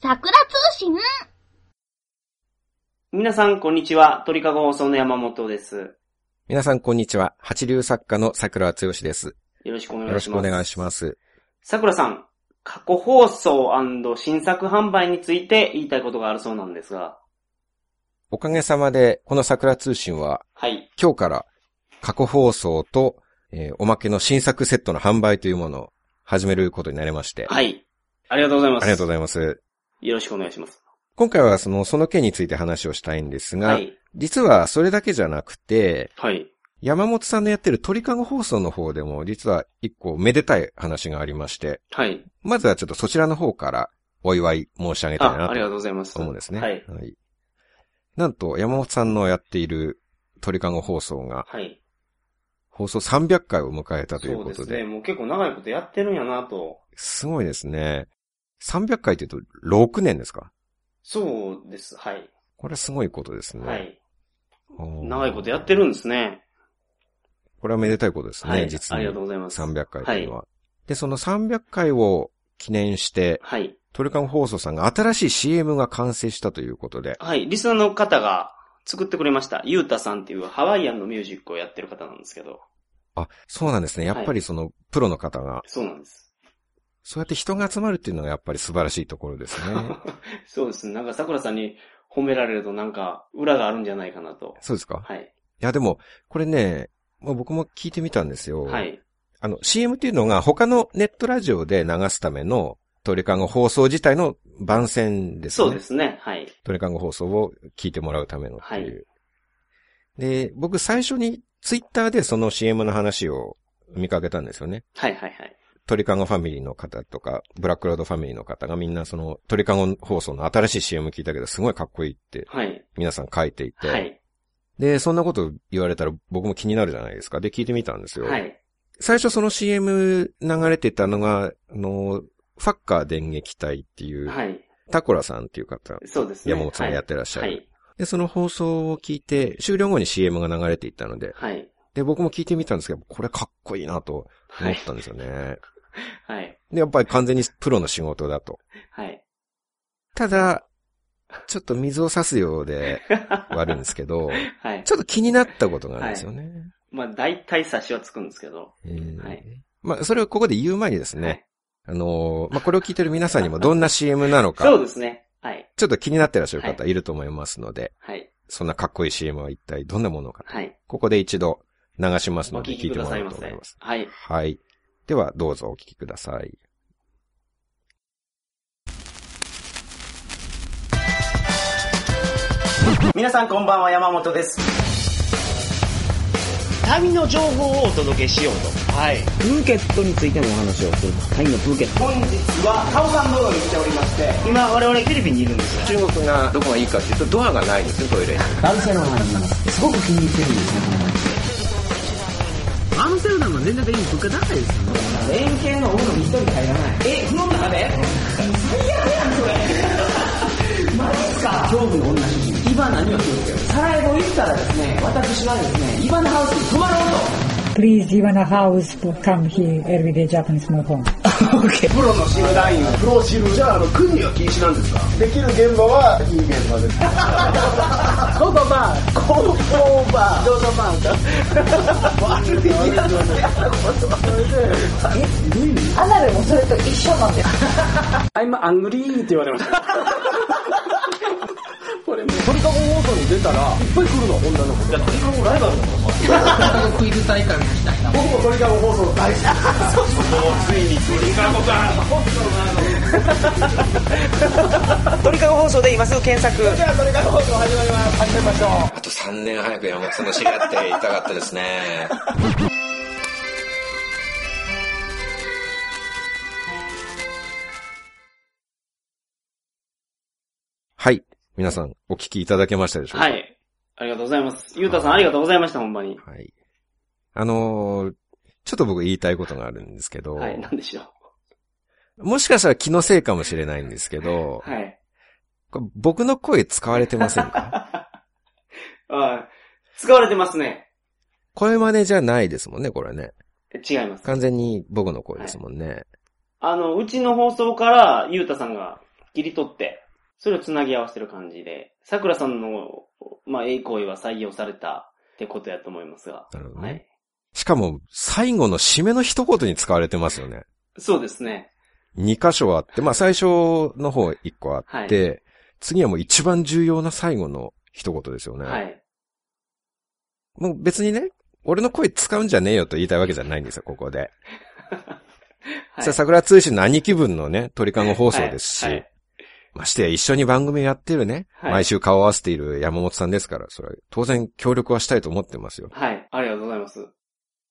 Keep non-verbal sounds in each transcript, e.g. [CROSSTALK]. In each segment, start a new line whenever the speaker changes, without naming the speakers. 桜通信
皆さん、こんにちは。鳥かご放送の山本です。
皆さん、こんにちは。八流作家の桜つよしです。
よろしくお願いし
よ
ま
ろ
す。
しくお願いします。
桜さん、過去放送新作販売について言いたいことがあるそうなんですが、
おかげさまで、この桜通信は、
はい。
今日から過去放送と、えーおまけの新作セットの販売というものを始めることになりまして、あ
はい。ありがとうございます。
りがとうご
ざい
ざいます。
ます。よろしくお願いします。
今回はその、その件について話をしたいんですが、
はい。
実はそれだけじゃなくて、
はい。
山本さんのやってる鳥かご放送の方でも、実は一個めでたい話がありまして、
はい。
まずはちょっとそちらの方からお祝い申し上げたい
あ、
な
あ
と
りがとうございます。
思うんですね。
はい。
なんと、山本さんのやっている鳥かご放送が、
はい。
放送300回を迎えたという
そう
こ
で
と
す
で、
ね。もう結構長いことやってるんやなと。
すごいですね。300回って言うと6年ですか
そうです。はい。
これはすごいことですね。
はい。
おー
長いことやってるんですね。
これはめでたいことですね、
はい。
実
あ
に
りがとうございます。
300回というのは。で、その300回を記念して、
はい。
鳥かご放送さんが新しい CM が完成したということで、
はい。リスナーの方が作ってくれました。ゆうたさんっていうハワイアンのミュージックをやってる方なんですけど。
あ、そうなんですね。やっぱりその、プロの方が、
そうなんです。
そうやって人が集まるっていうのがやっぱり素晴らしいところですね。
[LAUGHS] そうですね。なんか桜さんに褒められるとなんか裏があるんじゃないかなと。
そうですか
はい。
いや、でも、これね、もう僕も聞いてみたんですよ。
はい。
あの、CM っていうのが他のネットラジオで流すための、トリカゴ放送自体の番宣ですね。
そうで。すね。はい。
トリカゴ放送を聞いてもらうためのっていう。
は
で、僕最初にツイッターでその CM の話を見かけたんですよね。
はいはいはい。
トリカゴファミリーの方とか、ブラックロードファミリーの方がみんなそのトリカゴ放送の新しい CM 聞いたけど、すごいかっこいいって
はい。
皆さん書いていて。
はい。
で、そんなこと言われたら僕も気になるじゃないですか。で、聞いてみたんですよ。
はい。
最初その CM 流れてたのが、あの、ファッカー電撃隊っていう、
はい。
タコラさんっていう方、
そうですね。
山本さんがやってらっしゃる、
はい。
で、その放送を聞いて、終了後に CM が流れていったので、
はい。
で、僕も聞いてみたんですけど、これかっこいいなと
は
思っ
い。
たんですよね。
はい。
で、やっぱり完全にプロの仕事だと。
はい。
ただ、ちょっと水を差すようで悪いんですけど、
[LAUGHS] はい。
ちょっと気になったことがあるんですよね。
まあ、大体差しはつくんですけど。
えー
はい
まあ、それをここで言う前にですね、あのーまあ、これを聞いてる皆さんにもどんな CM なのか、
そうですね。はい。
ちょっと気になってらっしゃる方いると思いますので、
はい。
そんなかっこいい CM は一体どんなものか、
はい。
ここで一度流します
お
ので
聞
聞
き
い
く
て
だ
も
さ
ら
い
おう
ま
と思い
せ
ます。。
はい。
はい。では、どうぞお聞きください。
皆さんこんばんは、山本です。
旅の情報をお届けしようと。はい。
プーケットについてのお話をするタイのプーケット
本日は、カオさん道路に来ておりまして、
今、我々フィリピンにいるんですよ。
中国がどこがいいかっていうと、ドアがないんですよ、トイレ。
バルセロナにいますすごく気に入ってるんですねこの話バルセロナも全然的に物価高いですよね
円形のお風呂に一人入らない。え、風呂の中で
恐怖の女主人イバナには気をつけようサラエボ行ったらですね私はですねイバナハウスに泊まろう [LAUGHS] と
Please, Ivana House, to come here every day, Japanese move home.
[LAUGHS]
鳥かご放送で今すぐ検索。
あと3年早く山本さんの知り合っていたかったですね。はい。皆さん、お聞きいただけましたでしょうか
はい。ありがとうございます。ゆうたさんありがとうございました、ほんまに。
はい。あのーちょっと僕言いたいことがあるんですけど、
はい、なんでしょう。
もしかしたら気のせいかもしれないんですけど、
はい。
これ僕の声使われてませんか
あ使われてますね。
声真似じゃないですもんね、これね。
違います。
完全に僕の声ですもんね。
あの、うちの放送から、ゆうたさんが切り取って、それをつなぎ合わせてる感じで、桜さんの、まあ、ええ声は採用されたってことやと思いますが。
なるほどね
はい。
しかも、最後の締めの一言に使われてますよね。
そうですね。
二箇所あって、まあ最初の方一個あって、次はもう一番重要な最後の一言ですよね。
はい。
もう別にね、俺の声使うんじゃねえよと言いたいわけじゃないんですよ、ここで。
はい
さあ桜通信の兄貴分のね、鳥かご放送ですし、
はいはい
ましてや一緒に番組やってるね、
はい
毎週顔を合わせている山本さんですから、それは当然協力はしたいと思ってますよ。
はい。ありがとうございます。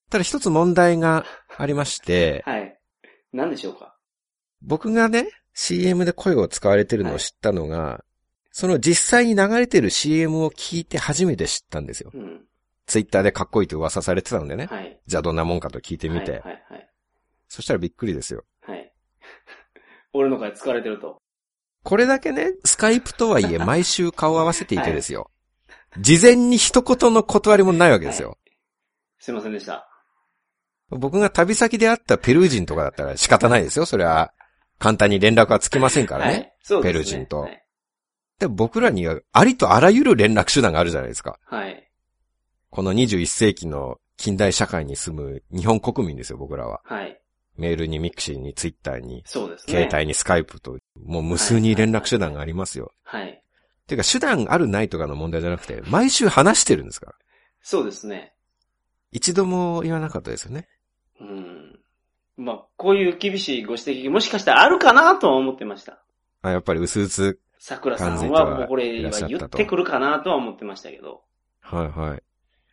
ただ一つ問題がありまして、
はい。何でしょうか
僕がね、CM で声を使われてるのを知ったのが、その実際に流れてる CM を聞いて初めて知ったんですよ。
うん。
ツイッターでかっこいいと噂されてたのでね。
はい。
じゃあどんなもんかと聞いてみて。
はいはいはい。
そしたらびっくりですよ。
はい。 [LAUGHS] 俺の声疲れてると。
これだけね、スカイプとはいえ毎週顔を合わせていてですよ。事前に一言の断りもないわけですよ。
すいませんでした。
僕が旅先で会ったペルー人とかだったら仕方ないですよ。それは簡単に連絡はつきませんからね。
はい。そうですね。
ペルー人と
はい。
で僕らにはありとあらゆる連絡手段があるじゃないですか。
はい。
この21世紀の近代社会に住む日本国民ですよ、僕らは。
はい。
メールにミクシーにツイッターに、
そうですね。
携帯にスカイプと、もう無数に連絡手段がありますよ。
はい。
てか手段あるないとかの問題じゃなくて、毎週話してるんですから。
そうですね。
一度も言わなかったですよね。
うん。まあ、こういう厳しいご指摘、もしかしたらあるかなとは思ってました。
あ、やっぱり薄々。
桜さ
関西
ん
とは
はもうこれは言ってくるかなとは思ってましたけど。
はいはい。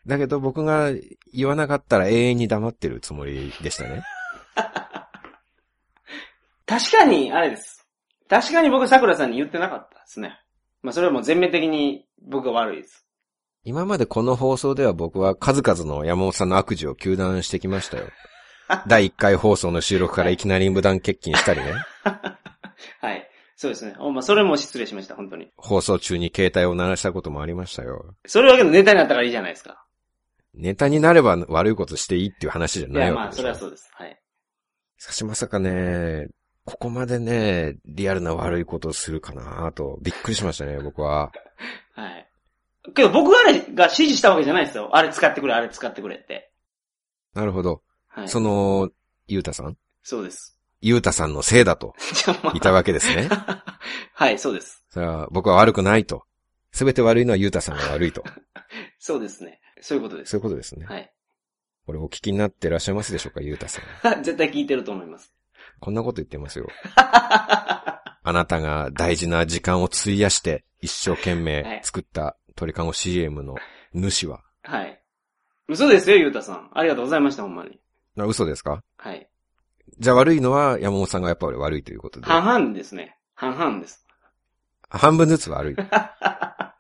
だけど僕が言わなかったら永遠に黙ってるつもりでしたね。
確かに、あれです。確かに僕桜さんに言ってなかったですね。まあ、それはもう全面的に僕が悪いです。
今までこの放送では僕は数々の山本さんの悪事を糾弾してき
[LAUGHS]
ましたよ。第1回放送の収録からいきなり無断欠勤したりね。
はい。そうですね。おまあ、それも失礼しました、本当に。
放送中に携帯を鳴らしたこともありましたよ。
それはけどネタになったからいいじゃないですか。
ネタになれば悪いことしていいっていう話じゃ
い
ない
や、
わ
まあ、そ
けです
れは
よ。
そうです。はい。
しかしまさかね、ここまでね、リアルな悪いことをするかなと、びっくりしましたね、僕は。
はい。けど僕があれが指示したわけじゃないですよ。あれ使ってくれ、あれ使ってくれって。
なるほど。
はい。
その、ゆうたさん
そうです。 [LAUGHS]
ゆうたさんのせいだと
じゃあまあ
言ったわけです
[LAUGHS]
ね。
はい、そうです。
それは僕は悪くないと。すべて悪いのはゆうたさんが悪いと。
そうですね。そういうことです。
そういうことですね。
はい。
これお聞きになってらっしゃいますでしょうか、ゆうたさん。
絶対聞いて [LAUGHS] ると思います。
こんなこと言ってますよ。
[LAUGHS]
あなたが大事な時間を費やして一生懸命作った鳥かご CM の主は、
はい。嘘ですよ、ゆうたさん。ありがとうございました、ほんまに。
な嘘ですか
はい。
じゃあ悪いのは山本さんがやっぱり悪いということで。
半々ですね。半々です。
半分ずつ悪い。じゃ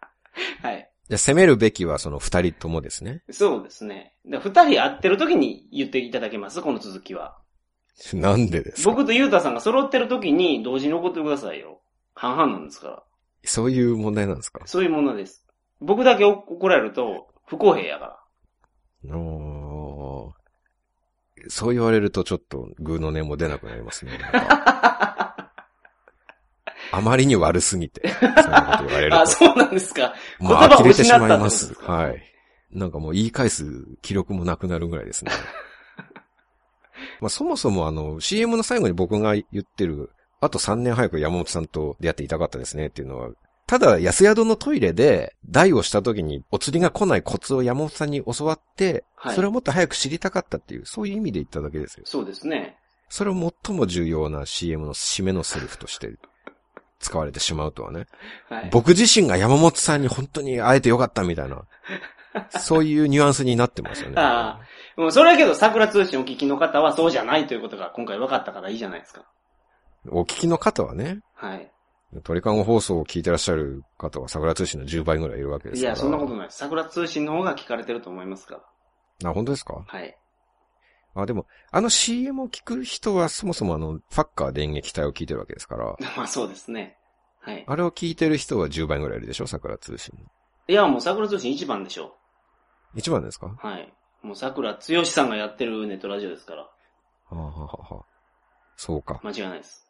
はい。
あ責めるべきはその二人ともですね。
そうですね。だから二人会ってる時に言っていただけますこの続きは。
なんでですか
僕とゆうたさんが揃ってる時に同時に怒ってくださいよ。半々なんですから。
そういう問題なんですか
そういうものです。僕だけお怒られると不公平やから。
おーそう言われるとちょっと偶の音も出なくなりますね。なんかあまりに悪すぎて、そんなこと言われると
[LAUGHS] あ、。そうなんですか。
もう
言葉を
呆れてしまいま
失
す。
ったってこと
は
で
い。なんかもう言い返す気力もなくなるぐら
[LAUGHS]
いですね。まあそもそもあの、CM の最後に僕が言ってる、あと3年早く山本さんと出会っていたかったですねっていうのは、ただ安宿のトイレで台をした時にお釣りが来ないコツを山本さんに教わって、
はい
それをもっと早く知りたかったっていう、そういう意味で言っただけですよ。
そうですね。
それを最も重要な CM の締めのセリフとして使われてしまうとはね。
はい。
僕自身が山本さんに本当に会えてよかったみたいな、そういうニュアンスになってますよね。
ああ。うんそれやけど、桜通信お聞きの方はそうじゃないということが今回分かったからいいじゃないですか。
お聞きの方はね、
はい。
鳥かご放送を聞いてらっしゃる方は桜通信の10倍ぐらいいるわけで
い
すから。
や、そんなことないです。桜通信の方が聞かれてると思いますから。
あ、本当ですか
はい。 [LAUGHS]
あ、でも、あの CM を聞く人はそもそもあの、ファッカー電撃隊を聞いてるわけですから、
まあそうですね。はい。
あれを聞いてる人は10倍ぐらいいるでしょ桜通信。
いや、もう桜通信一番でしょ
一番ですか
う。はい。もう桜つよしさんがやってるネットラジオですから、
はあはあはあはあそうか。
間違いないです。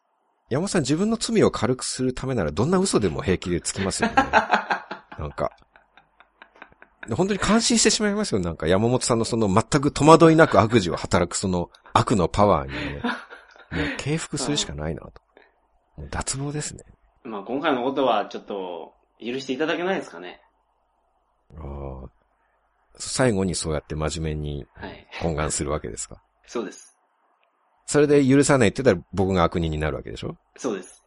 山本さん自分の罪を軽くするためならどんな嘘でも平気でつきま
[LAUGHS]
すよね。なんか。で本当に感心してしまいますよ。なんか山本さんのその全く戸惑いなく悪事を働くその悪のパワーに
[LAUGHS]
ね、もう敬服するしかないなと。もう脱帽ですね。
まあ今回のことはちょっと許していただけないですかね。
ああ最後にそうやって真面目に
はい。
懇願するわけですか。
そうです。
それで許さないって言ったら僕が悪人になるわけでしょ
そうです。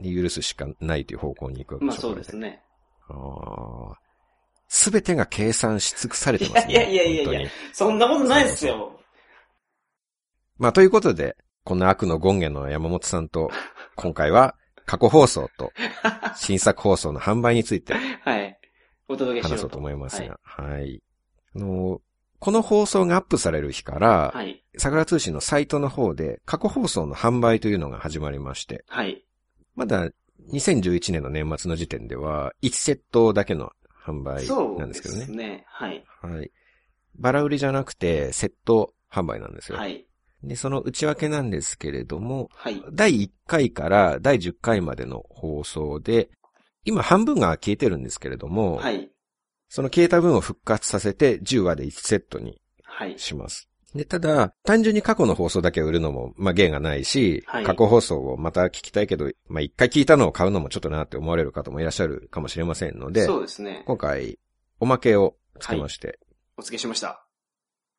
で許すしかないという方向に行くわけで
まあ
しょ
そうですね。
ああ。すべてが計算し尽くされてますね。
いやいやいやいや
本当に
そんなことないですよ。
まあということで、この悪の権限の山本さんと、今回は過去放送と新作放送の販売について
はい。お届けしようと。
話そうと思いますが、はい。あの、この放送がアップされる日から、
はい。
桜通信のサイトの方で過去放送の販売というのが始まりまして、
はい。
まだ2011年の年末の時点では1セットだけの販売
そ
なん
う
で
です
けどね
す。ね。はい。
はい。バラ売りじゃなくて、セット販売なんですよ。
はい。
で、その内訳なんですけれども、
はい。
第1回から第10回までの放送で、今半分が消えてるんですけれども、
はい。
その消えた分を復活させて10話で1セットに
はい。
します。で、ただ、単純に過去の放送だけ売るのも、まあ、芸がないし、
はい
過去放送をまた聞きたいけど、まあ、一回聞いたのを買うのもちょっとなって思われる方もいらっしゃるかもしれませんので、
そうですね。
今回、おまけをつけまして、
お付けしました。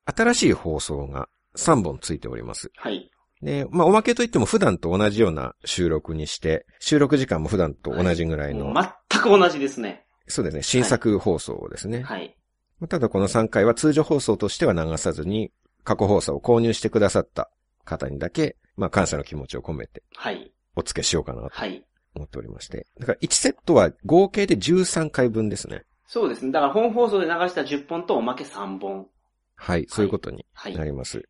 新しい放送が3本ついております。
はい。
で、まあ、おまけといっても普段と同じような収録にして、収録時間も普段と同じぐらいの、
もう全く同じですね。
そうですね、新作放送ですね。
はい。
まあただこの3回は通常放送としては流さずに、過去放送を購入してくださった方にだけ、まあ、感謝の気持ちを込めて
はい。
お付けしようかなと
はい。
思っておりまして。だから1セットは合計で13回分ですね。
そうですね。だから本放送で流した10本とおまけ3本。
はい、そういうことに
はい
な。ります。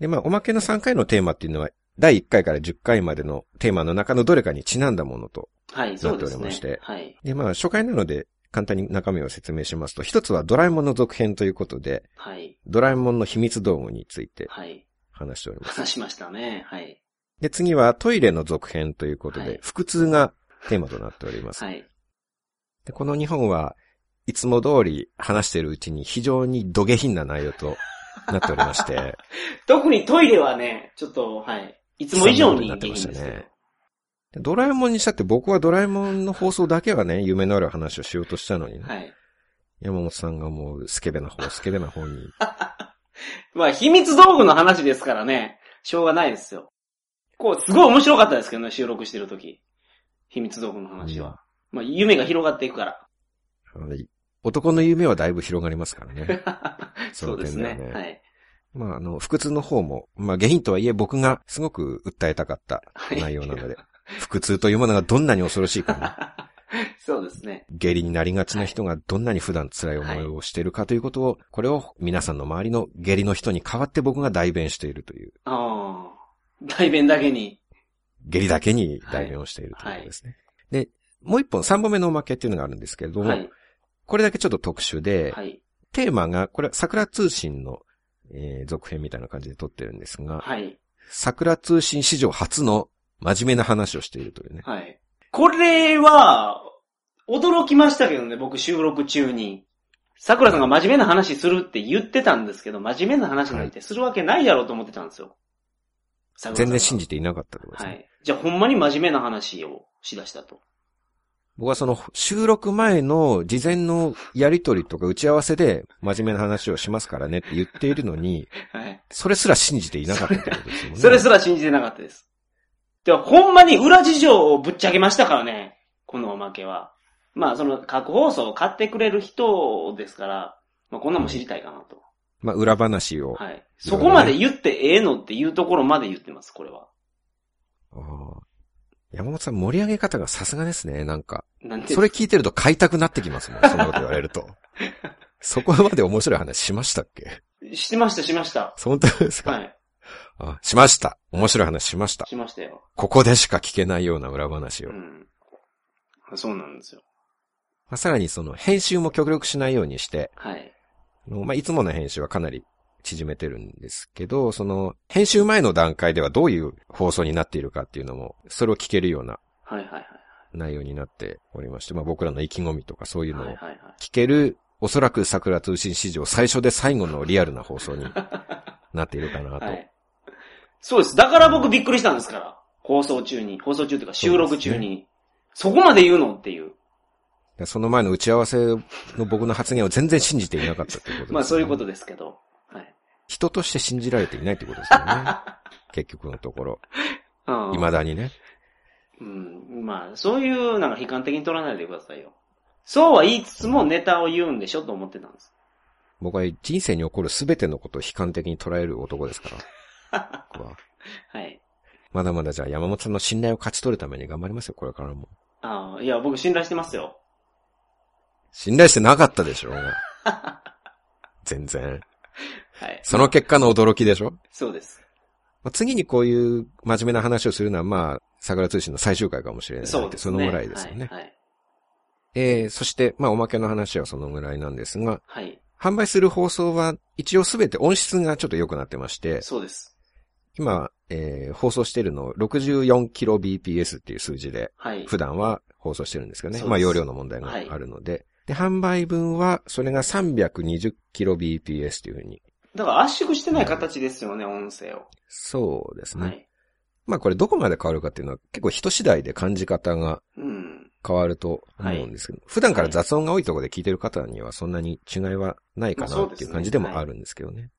で、まあ、おまけの3回のテーマっていうのは、第1回から10回までのテーマの中のどれかにちなんだものと。
はい、そうです
なっており
ね。
ま
はい。
で、まあ、初回なので、簡単に中身を説明しますと、一つはドラえもんの続編ということで、
はい。
ドラえもんの秘密道具について
はい。
話しております。
話しましたね。はい。
で、次はトイレの続編ということで、
はい
腹痛がテーマとなっております。
はい。
でこの2本はいつも通り話しているうちに非常に土下品な内容となっておりまして、
特にトイレはね、ちょっと、はい。いつも以上に下品です
そんなことになってましたね
ね。
でドラえもんにしたって僕はドラえもんの放送だけはね、 [LAUGHS] 夢のある話をしようとしたのにね、
はい。
山本さんがもうスケベな方、スケベな
[LAUGHS]
方に。
まあ、秘密道具の話ですからね、しょうがないですよ。こう、すごい面白かったですけどね、収録してる時秘密道具の話は。まあ、夢が広がっていくから。
はい男の夢はだいぶ広がりますからね。 [LAUGHS]
[LAUGHS]
そ
そううで
です
す
ね
ね。はい。
まあ、あの、腹痛の方も、まあ、下品とはいえ僕がすごく訴えたかった
はい
内容なので、 [LAUGHS] 腹痛というものがどんなに恐ろしいか
[LAUGHS]
ね、
そうですね。
下痢になりがちな人がどんなに普段辛い思いをしているかということを、これを皆さんの周りの下痢の人に代わって僕が代弁しているという、
ああ。代弁だけに。
下痢だけに代弁をしているということですね。で、もう一本、三本目のおまけっていうのがあるんですけれども、
はい。
これだけちょっと特殊で、
はい。
テーマが、これは桜通信の、えー続編みたいな感じで撮ってるんですが、
はい。
桜通信史上初の真面目な話をしているというね。
はい。これは、驚きましたけどね、僕収録中に。桜さんが真面目な話するって言ってたんですけど、真面目な話なんてするわけないやろうと思ってたんですよ。
全然信
じ
じていなかったってことです
は
ね。
い。じゃあほんまに真面目な話をしだしたと。
僕はその収録前の事前のやりとりとか打ち合わせで真面目な話をしますからねって言っているのに、
はい。
それすら信じていなかったってことですよね。
[LAUGHS] それすら信じてなかったです。では、ほんまに裏事情をぶっちゃけましたからね、このおまけは。まあ、その、各放送を買ってくれる人ですから、まあ、こんなんも知りたいかなと。
まあ裏話を。
はい。そこまで言ってええのっていうところまで言ってます、これは。
ああ山本さん盛り上げ方がさすがですね、なんか。
なんて。
それ聞いてると買いたくなってきますもん、そんなこと言われ
[LAUGHS]
ると。そこまで面白い話しましたっけ
してました、しました。
本当ですか、
はい。
あしました。面白い話しました。
しましたよ。
ここでしか聞けないような裏話を。
う
ま
ん。そうなんですよ。
あ、さらにその編集も極力しないようにして、
はい。
あのまあ、いつもの編集はかなり縮めてるんですけど、その、編集前の段階ではどういう放送になっているかっていうのも、それを聞けるような
はいはいはい。
内容になっておりまして、まあ僕らの意気込みとかそういうの
はい
を
はいはい。
聞ける、おそらく桜通信史上最初で最後のリアルな放
[LAUGHS]
送になっているかなと。
はい。そうです。だから僕びっくりしたんですから。放送中に。放送中というか収録中に。そ,、こまで言うのっていう。
でその前の打ち合わせの僕の発言を全然信じていなかったってことです、ね。
[LAUGHS] まあそういうことですけど。はい。
人として信じられていないってことですよね。
[LAUGHS]
結局のところ。
うん
未だにね。
うん。まあ、そういう、なんか悲観的に取らないでくださいよ。そうは言いつつもネタを言うんでしょと思ってたんです。
僕は人生に起こる全てのことを悲観的に捉える男で
[LAUGHS]
すから。僕は
はい。
まだまだじゃあ山本さんの信頼を勝ち取るために頑張りますよ、これからも。
ああ、いや、僕信頼してますよ。
信頼してなかったでしょ
[LAUGHS]
全然。
はい。
その結果の驚きでしょ
そうです。
まあ次にこういう真面目な話をするのは、まあ、桜通信の最終回かもしれない
そう
の
で
で、
す
そ
ね。
のぐらいですよね。
はい。
えー、そして、まあ、おまけの話はそのぐらいなんですが、
はい。はい
販売する放送は一応すべて音質がちょっと良くなってまして、
そうです。
今、えー、放送してるのを 64kbps っていう数字で、
はい。
普段は放送してるんですけどね。
そうです
まあ、容量の問題があるので。で、販売分は、それが 320kbps というふうに。
だから圧縮してない形ですよね、音声を。
そうですね。
はい。
まあ、これどこまで変わるかっていうのは結構人次第で感じ方が
うん。
変わると思うんですけど、普段から雑音が多いところで聞いてる方にはそんなに違いはないか
まあそ
な
うですね
っていう感じでもあるんですけどね。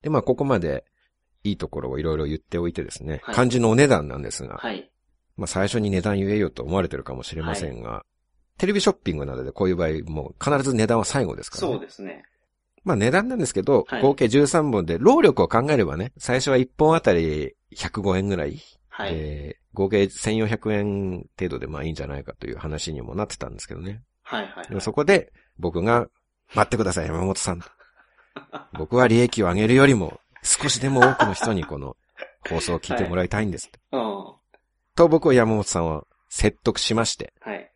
で、まあ、ここまでいいところをいろいろ言っておいてですね、
はい
漢字のお値段なんですが、
はい。
まあ、最初に値段言えよと思われてるかもしれませんが、テレビショッピングなどでこういう場合、もう必ず値段は最後ですから、ね。
そうですね。
まあ値段なんですけど、
はい
合計13本で、労力を考えればね、最初は1本あたり105円ぐらい
はい。
えー合計1400円程度でまあいいんじゃないかという話にもなってたんですけどね。
はいはい
でもそこで僕が、待ってください、山本さん。僕は利益を上げるよりも、少しでも多くの人にこの放送を聞いてもらいたいんです。
はい。
と僕は山本さんを説得しまして、
うん。はい。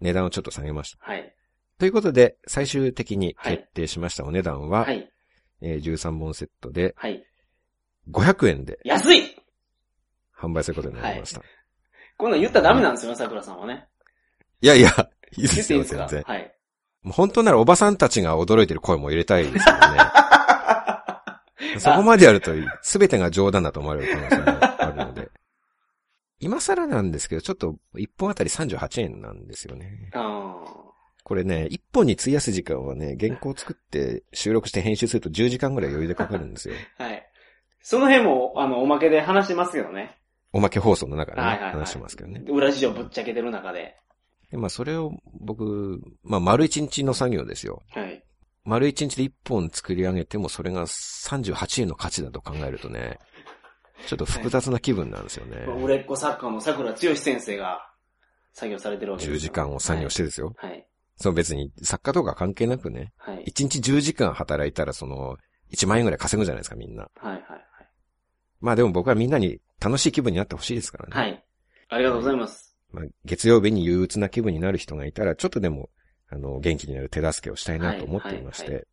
値段をちょっと下げました。
はい。
ということで、最終的に決定しましたお値段は、
はい。
えー13本セットで
はい。
500円で
安い
販売することになりました。
こんなん言ったらダメなんですよね、桜さんはね。
い、やいや、い
言っ
いです
ていい
よ、
です
全
か
然。
はい。
もう本当ならおばさんたちが驚いてる声も入れたいですよ
[LAUGHS]
ね。そこまでやると、全てが冗談だと思われる可能性もあるので。今更なんですけど、ちょっと1本あたり38円なんですよね。
あ
これね、1本に費やす時間はね、原稿を作って収録して編集すると10時間ぐらい余裕でかかるんですよ。
ーはい。その辺も、あの、おまけで話してますけどね。
おまけ放送の中でね、
はいはいはい
話してますけどね。
裏事情ぶっちゃけてる中で。
でまあそれを僕、まあ丸1日の作業ですよ。
はい。
丸一日で一本作り上げても、それが38円の価値だと考えるとね、ちょっと複雑な気分なんですよね。
売れっ子作家の桜剛先生が作業されてるわけ。
10時間を作業しててですよ。
はい。
その別に作家とか関係なくね、
はい。はい。
1日10時間働いたらその、1万円ぐらい稼ぐじゃないですか、みんな。
はい。はい
まあでも僕はみんなに楽しい気分になってほしいですからね。
はい。はい。ありがとうございます。
まあ、月曜日に憂鬱な気分になる人がいたら、ちょっとでも、あの、元気になる手助けをしたいなと思っていまして、
はいはい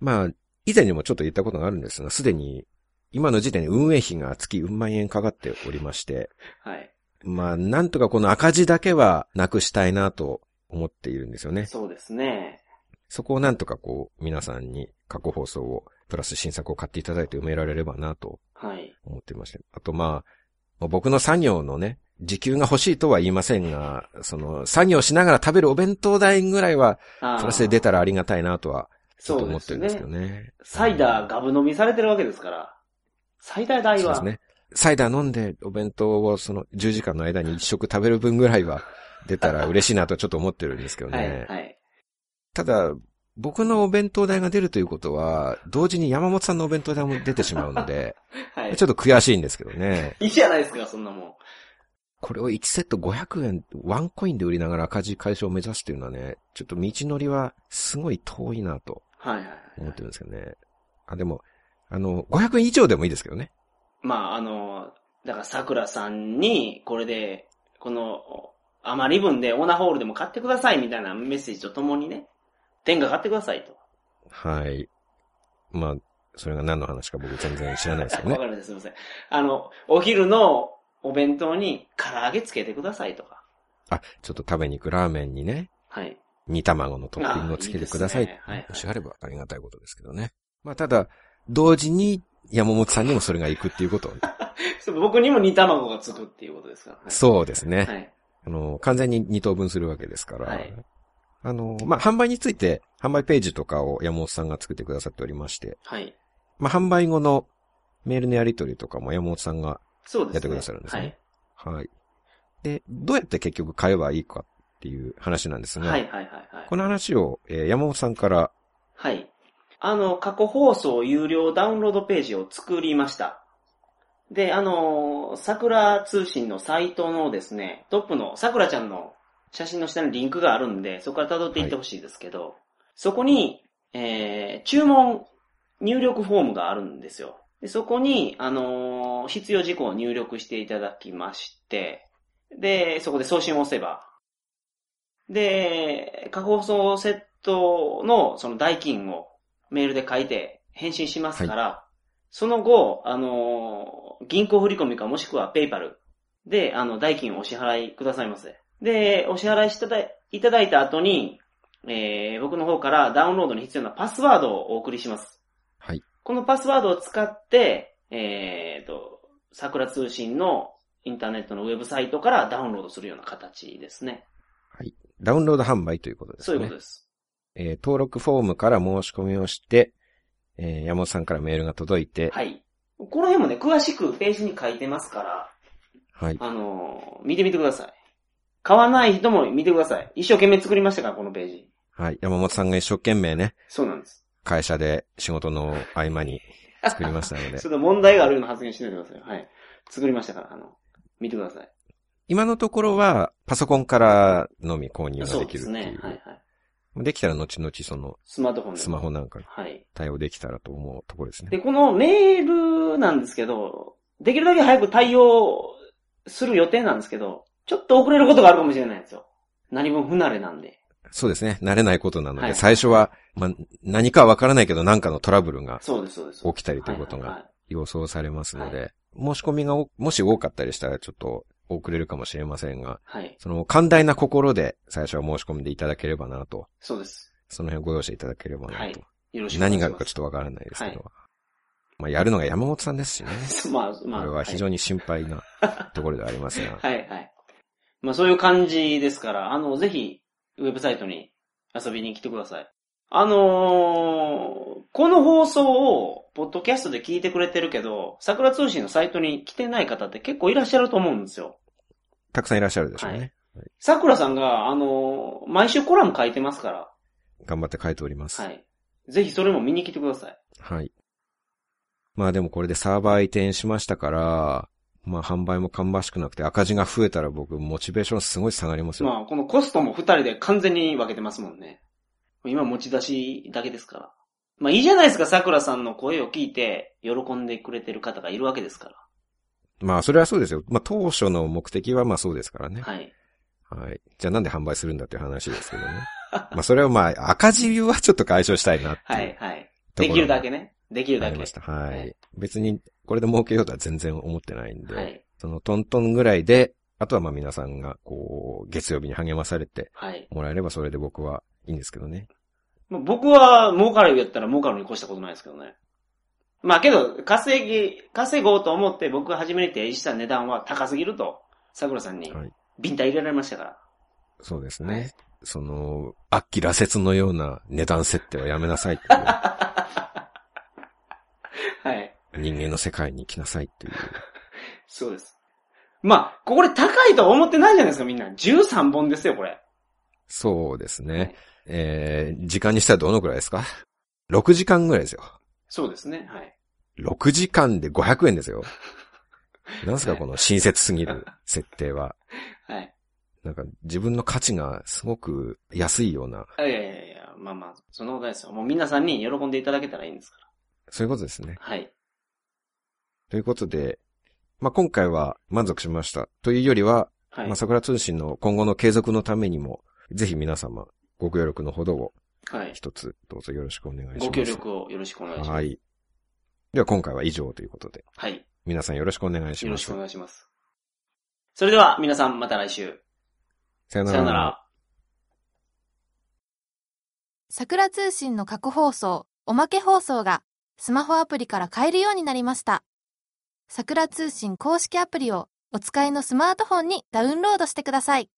まあ、以前にもちょっと言ったことがあるんですが、すでに、今の時点で運営費が月うん万円かかっておりまして、
はい。
まあ、なんとかこの赤字だけはなくしたいなと思っているんですよね。
そうですね。
そこをなんとかこう、皆さんに過去放送を、プラス新作を買っていただいて埋められればなと
はい。
思っていまして。あとまあ、まあ僕の作業のね、時給が欲しいとは言いませんが、その、作業しながら食べるお弁当代ぐらいは、
あー
プラスで出たらありがたいなとは、ちょっと
そうで
思って
す
るんですけど
ね。
ね。
サイダーガブ飲みされてるわけですから。サイダー代
そうで
は
す。ね。サイダー飲んでお弁当をその10時間の間に1食食べる分ぐらいは出たら嬉しいなとちょっと思ってるんですけどね。
はい。はい。
ただ、僕のお弁当代が出るということは、同時に山本さんのお弁当代も出てしまうので、
はい
ちょ。っと悔しいんですけどね。
いいじゃないですか、そんなもん。
これを1セット500円、ワンコインで売りながら赤字解消を目指すというのはね、ちょっと道のりはすごい遠いなと
はいはいはい。
思ってるんですけどね。あ、でも、あの、500円以上でもいいですけどね。
まあ、あの、だから桜さんに、これで、この、余り分でオナホールでも買ってくださいみたいなメッセージとともにね、天下買ってくださいと。
はい。まあ、それが何の話か僕全然知らないですよ
わ
ね
[LAUGHS] か。りました、すいません。あの、お昼のお弁当に唐揚げつけてくださいとか。
あ、ちょっと食べに行くラーメンにね、
はい。
煮卵のトッピングをつけてください。
あーいいですねはいはい
もしあればありがたいことですけどね。まあ、ただ、同時に山本さんにもそれが行くっていうことを。
そう僕にも煮卵がつくっていうことですから、ね。
そうです
う
ね。
はい。
あの、完全に2等分するわけですから。
はい
あの、まあ、販売について、販売ページとかを山本さんが作ってくださっておりまして、
はい。
まあ、販売後のメールのやり取りとかも山本さんが、
そうですね。
やってくださるんですね
はい
はい。で、どうやって結局買えばいいかっていう話なんですが、
はいはいはいはい。
この話を、えー山本さんから、
はい。あの、過去放送有料ダウンロードページを作りました。で、あの、桜通信のサイトのですね、トップの桜ちゃんの写真の下にリンクがあるんで、そこから辿っていってほしいですけど、そこに、えー、注文入力フォームがあるんですよ。でそこに、あの必要事項を入力していただきまして、で、そこで送信を押せば、で、過放送セットのその代金をメールで書いて返信しますから、その後、あのー、銀行振込かもしくはペイパルで、あの、代金をお支払いくださいませ。で、お支払いしただいただいた後に、えー、僕の方からダウンロードに必要なパスワードをお送りします。
はい。
このパスワードを使って、えー、と、桜通信のインターネットのウェブサイトからダウンロードするような形ですね。
ダウンロード販売ということです
そう
ね。
いうことです。
えー登録フォームから申し込みをして、えー山本さんからメールが届いて、
はい。この辺もね、詳しくページに書いてますから、
はい。
あのー見てみてください。買わない人も見てください。一生懸命作りましたから、このページ。
はい。山本さんが一生懸命ね、
そうなんです。
会社で仕事の合間に作りましたので
ちょ、っと問題があるような発言しないでください。はい。作りましたから、あの、見てください。
今のところはパソコンからのみ購入が
そ
で
う
き
で
る
す
ってい
ね
う。。
はいはい。
できたら後々その
スマートフォンで。
スマホなんかに
はい。
対応できたらと思うところですね。
で、このメールなんですけど、できるだけ早く対応する予定なんですけど、ちょっと遅れることがあるかもしれないんですよ。何分不慣れなんで。
そうですね。慣れないことなので、
はい
最初は、まあ、何かはわからないけど何かのトラブルが
そうです、そうです。
起きたりということ
はは
が
は
予想されますので、
は
申し込みがおもし多かったりしたらちょっと遅れるかもしれませんが、
い。はい。
その寛大な心で最初は申し込んでいただければなと、
そうです。
その辺ご容赦いただければなと。
はいよろしくお願いします。
何があるかちょっとわからないですけど、まあやるのが山本さんですしね。
[LAUGHS] まあ、ま
こ
あ。
れは非常に心配なところではありますが、
[LAUGHS] はい、はい、はい。まあそういう感じですから、あの、ぜひ、ウェブサイトに遊びに来てください。あのーこの放送を、ポッドキャストで聞いてくれてるけど、桜通信のサイトに来てない方って結構いらっしゃると思うんですよ。
たくさんいらっしゃるでしょうね。
桜さんが、あのー毎週コラム書いてますから、
頑張って書いております。
は
はい。
い。ぜひそれも見に来てください。
まあでもこれでサーバー移転しましたから、まあ販売も芳しくなくて赤字が増えたら僕モチベーションすごい下がりますよ。
まあ、このコストも二人で完全に分けてますもんね。今持ち出しだけですから。まあいいじゃないですか、桜さんの声を聞いて、喜んでくれてる方がいるわけですから。
まあそれはそうですよ。まあ当初の目的はまあそうですからね。
はい。
はい。じゃあなんで販売するんだっていう話ですけどね。まあそれはまあ赤字はちょっと解消したいなって、
はいいうはい。
ところ
できるだ
が
けね。できる
あ
だ
り
け。
ました。は。
はい
別にこれで儲けようとは全然思ってないんで、
はい。
そのトントンぐらいで、あとはまあ皆さんがこう月曜日に励まされて
はい。
もらえればそれで僕はいいんですけどね。
まあ、僕は、儲かるやったら儲かるに越したことないですけどね。まあけど、稼ぎ、稼ごうと思って僕が初めに提示した値段は高すぎると、桜さんに
はい、
ビンタ入れられましたから。
そうです
は
ね
い。
その、悪鬼羅刹のような値段設定はやめなさいっていう。
はい。 [LAUGHS]
人間の世界に行きなさいっていう。
そうです。まあ、これ高いとは思ってないじゃないですか、みんな。13本ですよ、これ。
そうですね。えー、時間にしたらどのくらいですか ?6 時間ぐらいですよ。
そうですね、はい。
6時間で500円で
[LAUGHS]
すよ。なんすか
はい
この親切すぎる設定は。
はい。
なんか自分の価値がすごく安いような、
あいやいやいや、まあまあ、そんなことないですよ。もう皆さんに喜んでいただけたらいいんですから。
そういうことですね。
はい。
ということで、まあ、今回は満足しました。というよりは、
はい。
まあ、桜通信の今後の継続のためにも、ぜひ皆様、ご協力のほどを
はい。
一つ、どうぞよろしくお願いします。
ご協力をよろしくお願いします。
はい。では今回は以上ということで、
はい。
皆さんよろしくお願いし
よ
ま
ろし
す。
くお願いします。それでは、皆さんまた来週。
さよ
さよなら。
桜通信の過去放送、おまけ放送がスマホアプリから買えるようになりました。桜通信公式アプリをお使いのスマートフォンにダウンロードしてください。